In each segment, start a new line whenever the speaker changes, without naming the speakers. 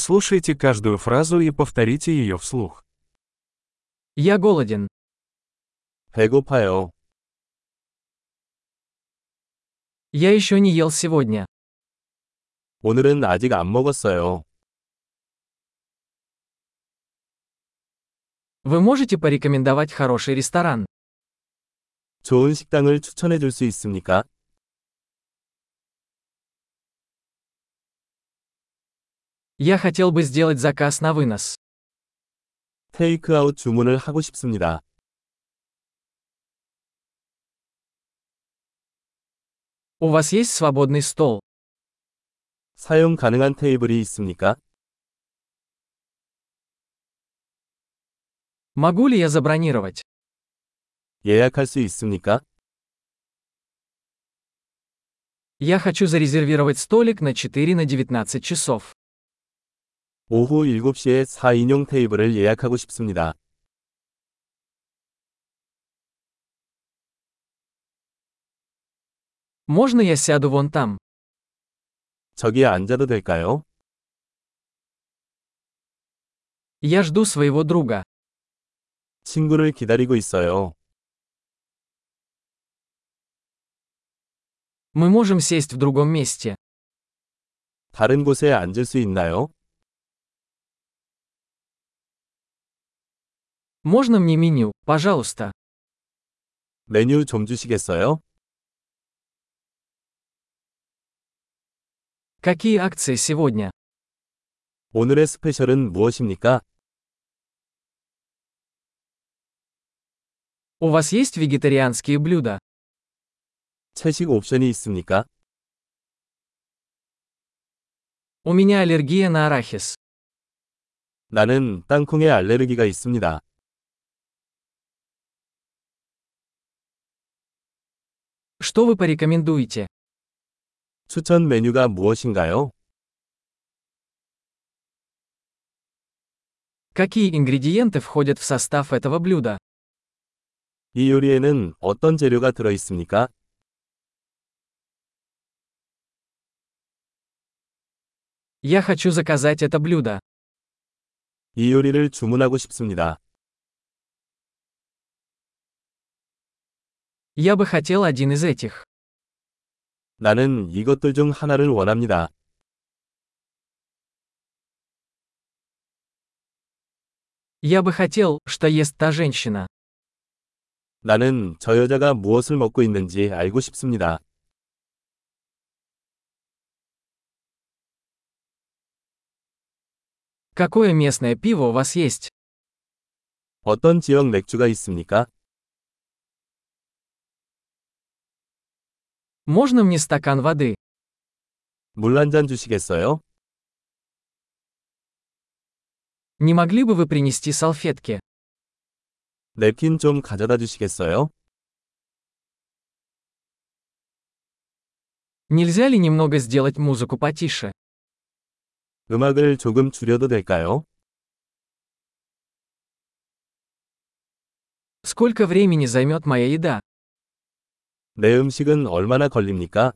Прослушайте каждую фразу и повторите ее вслух.
Я голоден.
배고파요.
Я еще не ел сегодня.
오늘은 아직 안 먹었어요.
Вы можете порекомендовать хороший ресторан?
좋은 식당을 추천해 줄 수 있습니까?
Я хотел бы сделать заказ на вынос.
테이크아웃 주문을 하고 싶습니다.
У вас есть свободный стол?
사용 가능한 테이블이 있습니까?
Могу ли я забронировать?
예약할 수 있습니까?
Я хочу зарезервировать столик на 4 на 19 часов.
오후 7시에 4인용 테이블을 예약하고 싶습니다.
Можно я сяду вон там?
저기 앉아도 될까요?
Я жду своего друга.
친구를 기다리고 있어요.
Мы можем сесть в другом месте.
다른 곳에 앉을 수 있나요?
Можно мне меню, пожалуйста?
메뉴 좀 주시겠어요?
Какие акции сегодня?
오늘의 스페셜은 무엇입니까?
У вас есть вегетарианские блюда?
채식 옵션이 있습니까?
У меня аллергия на арахис.
나는 땅콩에 알레르기가 있습니다.
Что вы порекомендуете?
추천 메뉴가 무엇인가요?
Какие ингредиенты входят в состав этого блюда?
이 요리에는 어떤 재료가 들어 있습니까?
Я хочу заказать это блюдо.
이 요리를 주문하고 싶습니다.
Я бы хотел один из этих.
나는 이것들 중 하나를 원합니다.
Я бы хотел, что ест та женщина.
나는 저 여자가 무엇을 먹고 있는지 알고 싶습니다.
Какое местное пиво у вас есть?
어떤 지역 맥주가 있습니까?
Можно мне стакан воды?
물 한 잔 주시겠어요?
Не могли бы вы принести салфетки?
냅킨 좀 가져다 주시겠어요?
Нельзя ли немного сделать музыку потише?
음악을 조금 줄여도 될까요?
Сколько времени займет моя еда?
내 음식은 얼마나 걸립니까?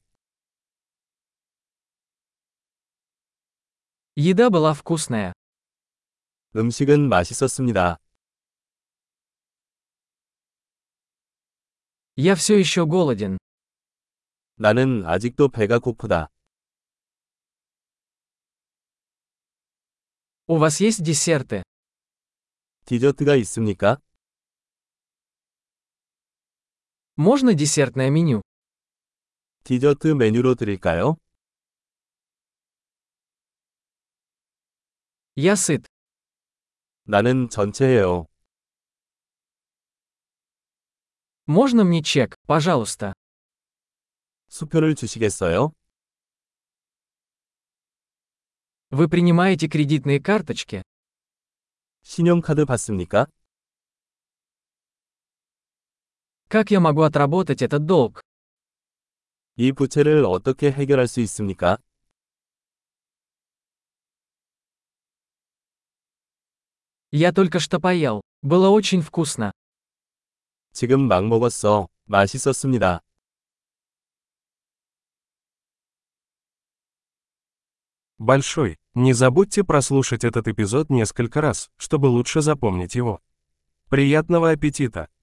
Еда была вкусная.
음식은 맛있었습니다.
Я все еще голоден.
나는 아직도 배가 고프다.
У вас есть десерты?
디저트가 있습니까?
Можно десертное меню?
디저트 메뉴로 드릴까요?
Я сыт.
나는 전체예요.
Можно мне чек, пожалуйста?
수표를 주시겠어요?
Вы принимаете кредитные карточки?
신용카드 받습니까?
Как я могу отработать этот долг?
이 부채를 어떻게 해결할 수 있습니까?
Я только что поел. Было очень вкусно.
지금 막 먹었어. 맛있었습니다.
Большой. Не забудьте прослушать этот эпизод несколько раз, чтобы лучше запомнить его. Приятного аппетита!